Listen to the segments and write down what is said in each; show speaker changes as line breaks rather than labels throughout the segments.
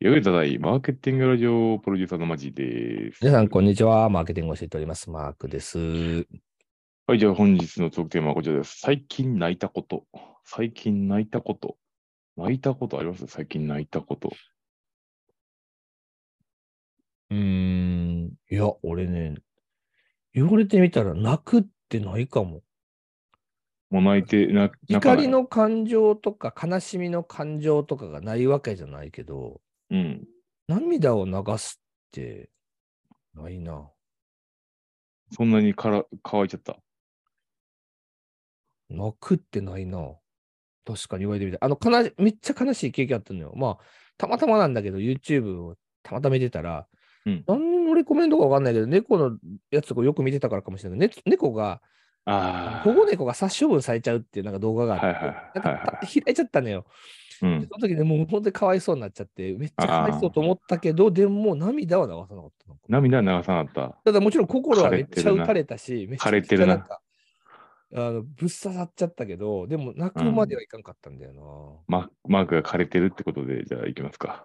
よください。マーケティングラジオプロデューサーのマジです。
皆さん、こんにちは。マーケティングを教えております。マークです。
はい、じゃあ本日のトークテーマはこちらです。最近泣いたこと。最近泣いたこと。泣いたことあります最近泣いたこと。
うーん。いや、俺ね、言われてみたら泣くってないかも。
もう泣いて、な泣か
怒
ない。
りの感情とか悲しみの感情とかがないわけじゃないけど、
うん。
涙を流すってないな。
そんなにから乾いちゃった。
泣くってないな。確かに言われてみたら。あの、悲しめっちゃ悲しい経験あったのよ。まあ、たまたまなんだけど、YouTube をたまたま見てたら、
うん
何のレコメンドかわかんないけど、猫のやつとかよく見てたからかもしれないけど、ね、猫が、
ああ。
保護猫が殺処分されちゃうっていうなんか動画があって、
はいはいはいはい
なんかた開いちゃったのよ。
うん
で。その時ね、もう本当にかわいそうになっちゃって、めっちゃかわいそうと思ったけど、でももう涙は流さなかったのか。
涙流さなかった。
ただもちろん心は
枯
め
れ
って
る
ち
な
ゃ打たれたし、めちゃ
枯れ
く
て
ち
る
ゃ
な
なんか、あのぶっ刺さっちゃったけど、でも泣くまではいかんかったんだよな。
ママークが枯れてるってことで、じゃあ行きますか。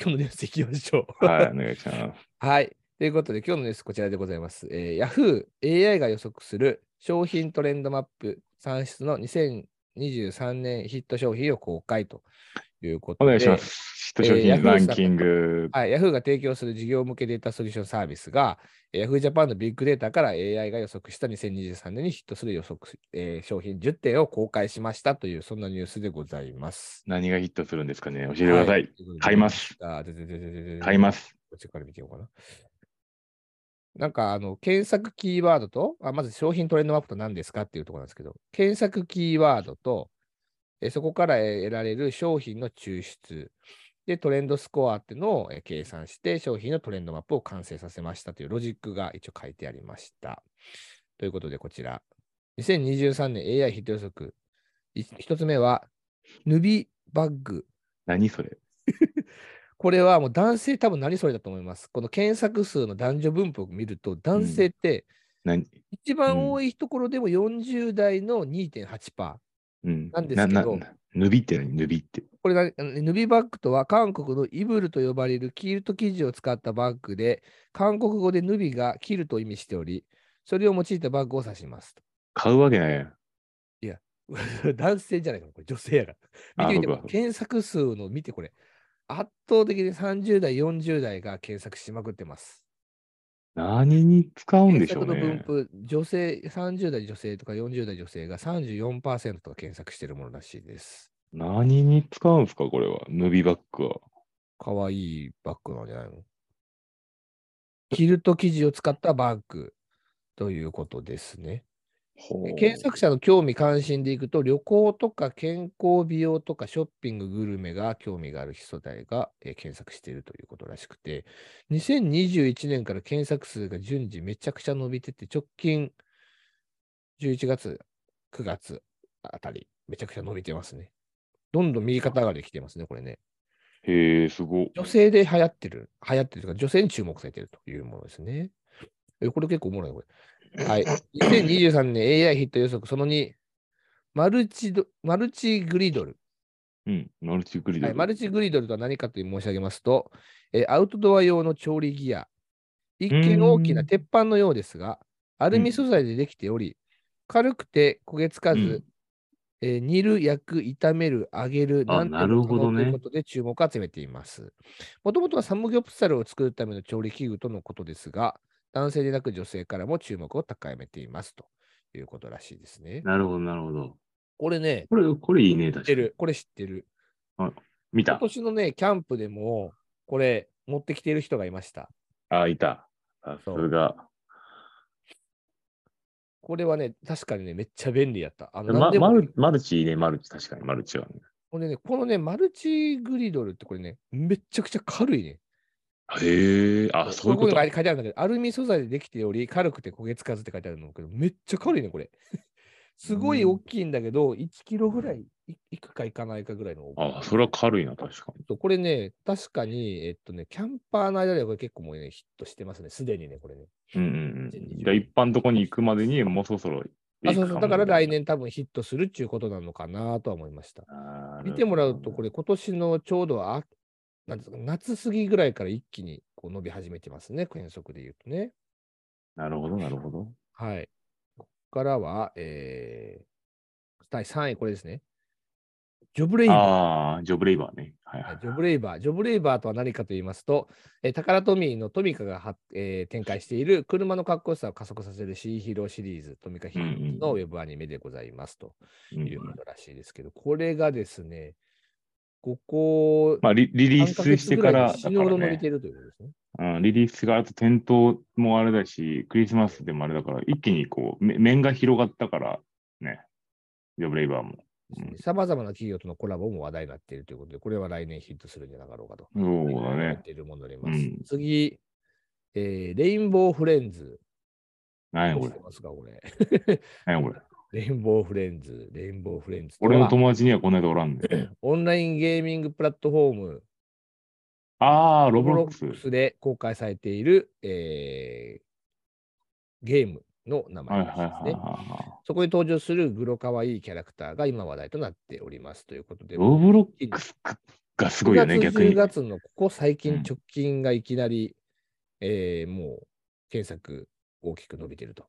今日のニュースいきましょう。
はい、お願いします。
はい。ということで、今日のニュースこちらでございます。えー、Yahoo!AI が予測する商品トレンドマップ算出の2023年ヒット商品を公開ということ
お願
で。
いしま。す。ヒット商
えー
品
Yahoo
ランキング。
はい、Yahoo が提供する事業向けデータソリューションサービスが、えー Yahoo Japan のビッグデータから AI が予測した2023年にヒットする予測、えー商品10点を公開しましたという、そんなニュースでございます。
何がヒットするんですかね教えてくださ。
はい
買います。
あででででででで
買います。
こっちから見てみようかな。なんか、あの、検索キーワードと、あまず商品トレンドマップと何ですかっていうところなんですけど、検索キーワードと、えそこからえ得られる商品の抽出、で、トレンドスコアっていうのをえ計算して、商品のトレンドマップを完成させましたというロジックが一応書いてありました。ということで、こちら。2023年 AI ヒット予測。い一つ目は、ヌビバッグ
何それ
これはもう男性多分何それだと思います。この検索数の男女分布を見ると、男性って
何
一番多いところでも40代の2.8%。
うん。
なんですけど
ぬびって何ぬびって。
これ何あのヌビバッグとは韓国のイブルと呼ばれるキルト生地を使ったバッグで、韓国語でヌビがキルトを意味しており、それを用いたバッグを指します。
買うわけないやん。
男性じゃないかな、これ女性やか
あ
ら。見てみて
そうか
も検索数の見てこれ。圧倒的に30代、40代が検索しまくってます。
何に使うんで
検
しょう
索の分
ね。
布、女性、30代女性とか40代女性が34%とか検索してるものらしいです。
何に使うんですかこれは。ぬびバッグは。
かわいいバッグなんじゃ ないのキルト生地を使ったバッグということですね。
ほ
で検索者の興味関心でいくと、旅行とか健康美容とかショッピンググルメが興味がある人代が、えー検索しているということらしくて、2021年から検索数が順次めちゃくちゃ伸びてて、直近11月、9月あたり、めちゃくちゃ伸びてますね。どんどん右肩上がりできてますね、これね。
へえ、すご。
女性で流行ってる、流行ってるというか、女性に注目されてるというものですね。え、これ結構おもろいな、これ。はい。2023年 AI ヒット予測、その2、マルチド、マルチグリドル。
うん。マルチグリド
はい、
ル。
マルチグリドルとは何かと申し上げますと、えーアウトドア用の調理ギア。一見大き
う
なん鉄板のようですが、アルミ素材でできており、軽くて焦げつかず、
うん
えー煮る、焼く、炒める、揚げる、
あ
なんて
なるほどね
ということで注目を集めています。もともとはサムギョプサルを作るための調理器具とのことですが、男性でなく女性からも注目を高めていますということらしいですね。
なるほど、なるほど。
これね、
これ、これいいね、
知
確
って。る。これ知ってる。
見
今
た。
年のね、キャンプでも、これ、持ってきてる人がいました。
あ、いた。さす
そう
が。
これはね、確かにね、めっちゃ便利やった。あの、
ま
何でも
マルマルチいいね、マルチ。確かに、マルチはね。
ほんでね、このね、マルチグリドルってこれね、めっちゃくちゃ軽いね。
へえ、あ、そういうこ
ことが。書いてあるんだけど、アルミ素材でできており、軽くて焦げつかずって書いてあるんだけど、めっちゃ軽いね、これ。すごい
うん
大きいんだけど、1キロぐらいいいくかいかないかぐらいの大きさ
あ、それは軽いな、確かに。
とこれね、確かに、えっとね、キャンパーの間ではこれ結構もうね、ヒットしてますね、すでにね、これね。
うんうんうん。じゃあ一般のとこに行くまでにもうそろそろ行って
あ
いく
そうそうだから
もね
来。年多分ヒットするっていうことなのかなとは思いました。
あー
見てもらうと、こ
れ。
れ今年のちょうどあなんですか、夏過ぎぐらいから一気にこう伸び始めてますね、変則で言うとね。
なるほど、なるほど。
はい。ここからは、えー、第3位、これですね。ジョブレイバー。
ああ、ジョブレイバーね。はいはい
ジョブレイバー。ジョブレイバーとは何かと言いますと、えータカラトミーのトミカがは、えー展開している車のかっこよさを加速させるシーヒーローシリーズ、トミカヒーローズのウェブアニメでございますと
うん
いうものらしいですけど、これがですね、ここ、
まあリ、リリー
3ヶ
ス
月
して
ぐ
か
らいで
らだか
死
ら
ぬほど伸び
ね
てるということですね。
うん、リリースがあと店頭もあれだし、クリスマスでもあれだから、一気にこう、め面が広がったから、ね、ジョブレイバーも。うん
さまざまな企業とのコラボも話題になっているということで、これは来年ヒットするんじゃなかろうかと。
そうだ
言われ
ね。
ているものになります。
うん
次、えーレインボーフレンズ。
何や
ど
こ
う
れ
し。ますか、これ。
何やこれ。
レインボーフレンズ、レインボーフレンズとは。
俺の友達にはこの間おらんで。
オンラインゲーミングプラットフォーム、
ああ、ロ
ロ
ブ
ブ
ロ
ロ
ック
ック
ス。
スで公開されている、えーゲームの名
はいはい
前です
は
ね。
いは
そこに登場するグロかわいいキャラクターが今話題となっておりますということで。
い。ロブロックスがすごいよね、
9月
逆に。
10月のここ最
う
近
ん
直近がいきなり、えーもう検索大きく伸びてると。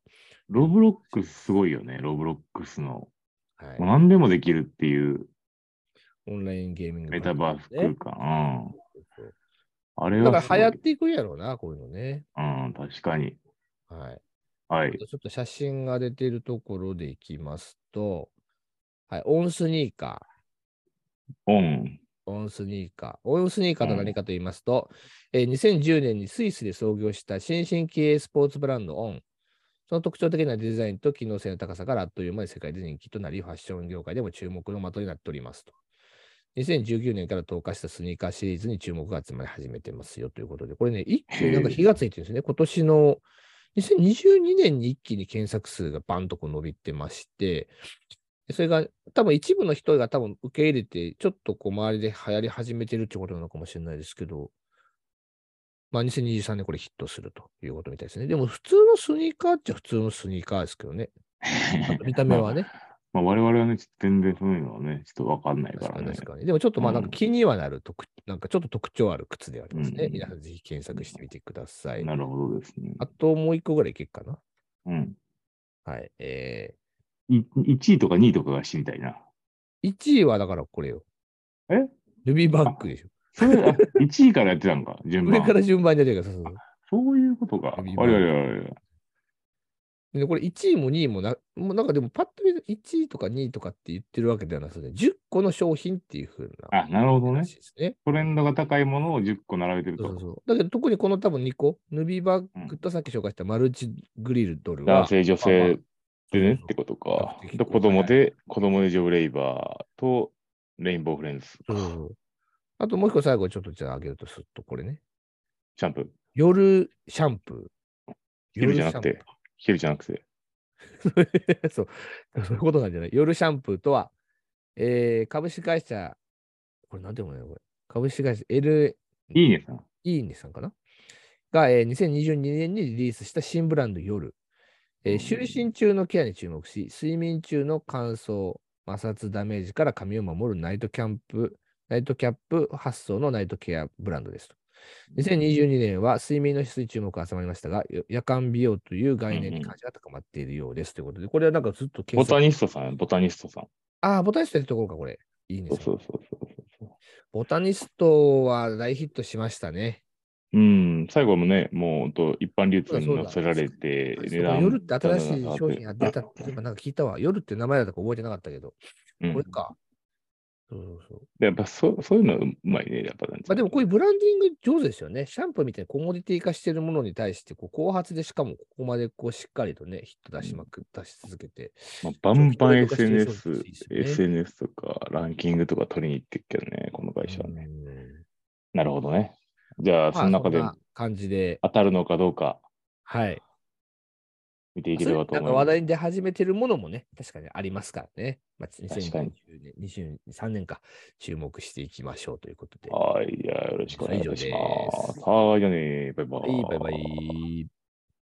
ロブロックスすごいよね、ロブロックスの。
はい
もう、何でもできるっていう
オンラインゲーミングプ
メ
ラ
タ
ットフォ
バ
ム
ー
ね
ス空間。うん
そう
あれ
そうだ
は
か
すご
ら
い
流行っていくんやろうな、こういうのね。
うん、確かに。
はい。
はい。
ちょっと写真が出てるところでいきますと、はい、オンスニーカ
オン。
ー、オンスニーカー。オンスニーカーとは何かと言いますと、えー2010年にスイスで創業した新進気鋭スポーツブランドオン。その特徴的なデザインと機能性の高さからあっという間に世界で人気となり、ファッション業界でも注目の的になっておりますと。2019年から投下したスニーカーシリーズに注目が集まり始めてますよということで、これね、一気になんか火がついてるんですね。今年の2022年に一気に検索数がバンとこう伸びてまして、それが多分一部の人が多分受け入れて、ちょっとこう周りで流行り始めてるってことなのかもしれないですけど、まあ2023年これヒットするということみたいですね。でも普通のスニーカーっちゃ普通のスニーカーですけどね。あ と見た目はね。
まあ、我々はね、ちょっと全然そういうのはね、ちょっとわかんないか
確からに
ね。
確かに。でもちょっとま
う
あ
ん
なんか気にはなる、特なんかちょっと特徴ある靴ではありますね。
うん
皆さんぜひ検索してみてください。
なるほどですね。
あともう一個ぐらいいけっかな。
うん。
はい。え
い1位とか2位とかが知りたいな。
ー、1位はだからこれよ。
え
ルビーバッグでしょ。
それ、 あ1位からやってたんか、順
上
番。
から順番にやってるから、そうそう
そういうことか。
順
あ
番
れあれあれ。
そうでこれ1位も2位もな、もうなんかでもパッと見ると1位とか2位とかって言ってるわけではなくて、10個の商品っていうふうな
あ、なるほどね
らし。いですね。
トレンドが高いものを10個並べてる
そ
と。
うそうそう。だけど特にこの多分2個、ルビーバッグとさっき紹介したマルチグリルドルは、
男性、女
まあま
性
あ
でねってことか
比較。的
で子供で、子供でジョブレイバーとレインボーフレンズ。
そうそうそうあともう一個最後ちょっとじゃあ上げるとするとこれね。
シャンプー。
夜シャンプー。
昼じゃなく
夜シ
て、昼じゃなくて。
ャンプー。 そう。そういうことなんじゃない夜シャンプーとは、えー、株式会社、これなんて読むのよ、これ。株式会社 L、
いいねさん。
いいねさんかなが、えー2022年にリリースした新ブランド夜。えー就寝中のケアに注目し、睡眠中の乾燥、摩擦ダメージから髪を守るナイトキャンプ、ナイトキャップ発想のナイトケアブランドですと。2022年は睡眠の質に注目が集まりましたが、よ夜間美容という概念に関心が高まっているようですということで、これはなんかずっと
ボ
検
タ
索。
ニストさん、ボタニストさん。
ああ、ボタニストやってるところか、これ。いいね
そう
さん
そうそうそうそう。
ボタニストは大ヒットしましたね。
うん、最後もね、もうほんと一般流通に
そうだ
乗せられて、
そう
値段
夜って新しい
が
商品が出たっ
あ
て、今なんか聞いたわ。夜って名前だとか覚えてなかったけど、
うん
これか。そうそうそう。
でやっぱそうそういうのはうまいね、やっぱなんていうの。
まあでもこういうブランディング上手ですよね。シャンプーみたいにコモディティ化しているものに対して、こう後発でしかもここまでこうしっかりとね、ヒット出しまく、出し続けて。
まあ、バンバン
商品化してる商
SNS
品欲しいで、すよね
SNS とかランキングとか取りに行ってるけどね、この会社はね。
うん
なるほどね。じゃあ、
ま
そ
あ
の中で
そんな感じで、
当たるのかどうか
はい。
見てい
そ
け
れ
れば
なん
と思
か
いま
話
す。
題に出始めてるものもね、確かにありますからね。まあ、
確か
2020
に
年、23年か、注目していきましょうということで。は
はい、じゃあよろしくお願いいたし
以上で
ますす。はい、じゃあね、バイバ
い、バイバイ。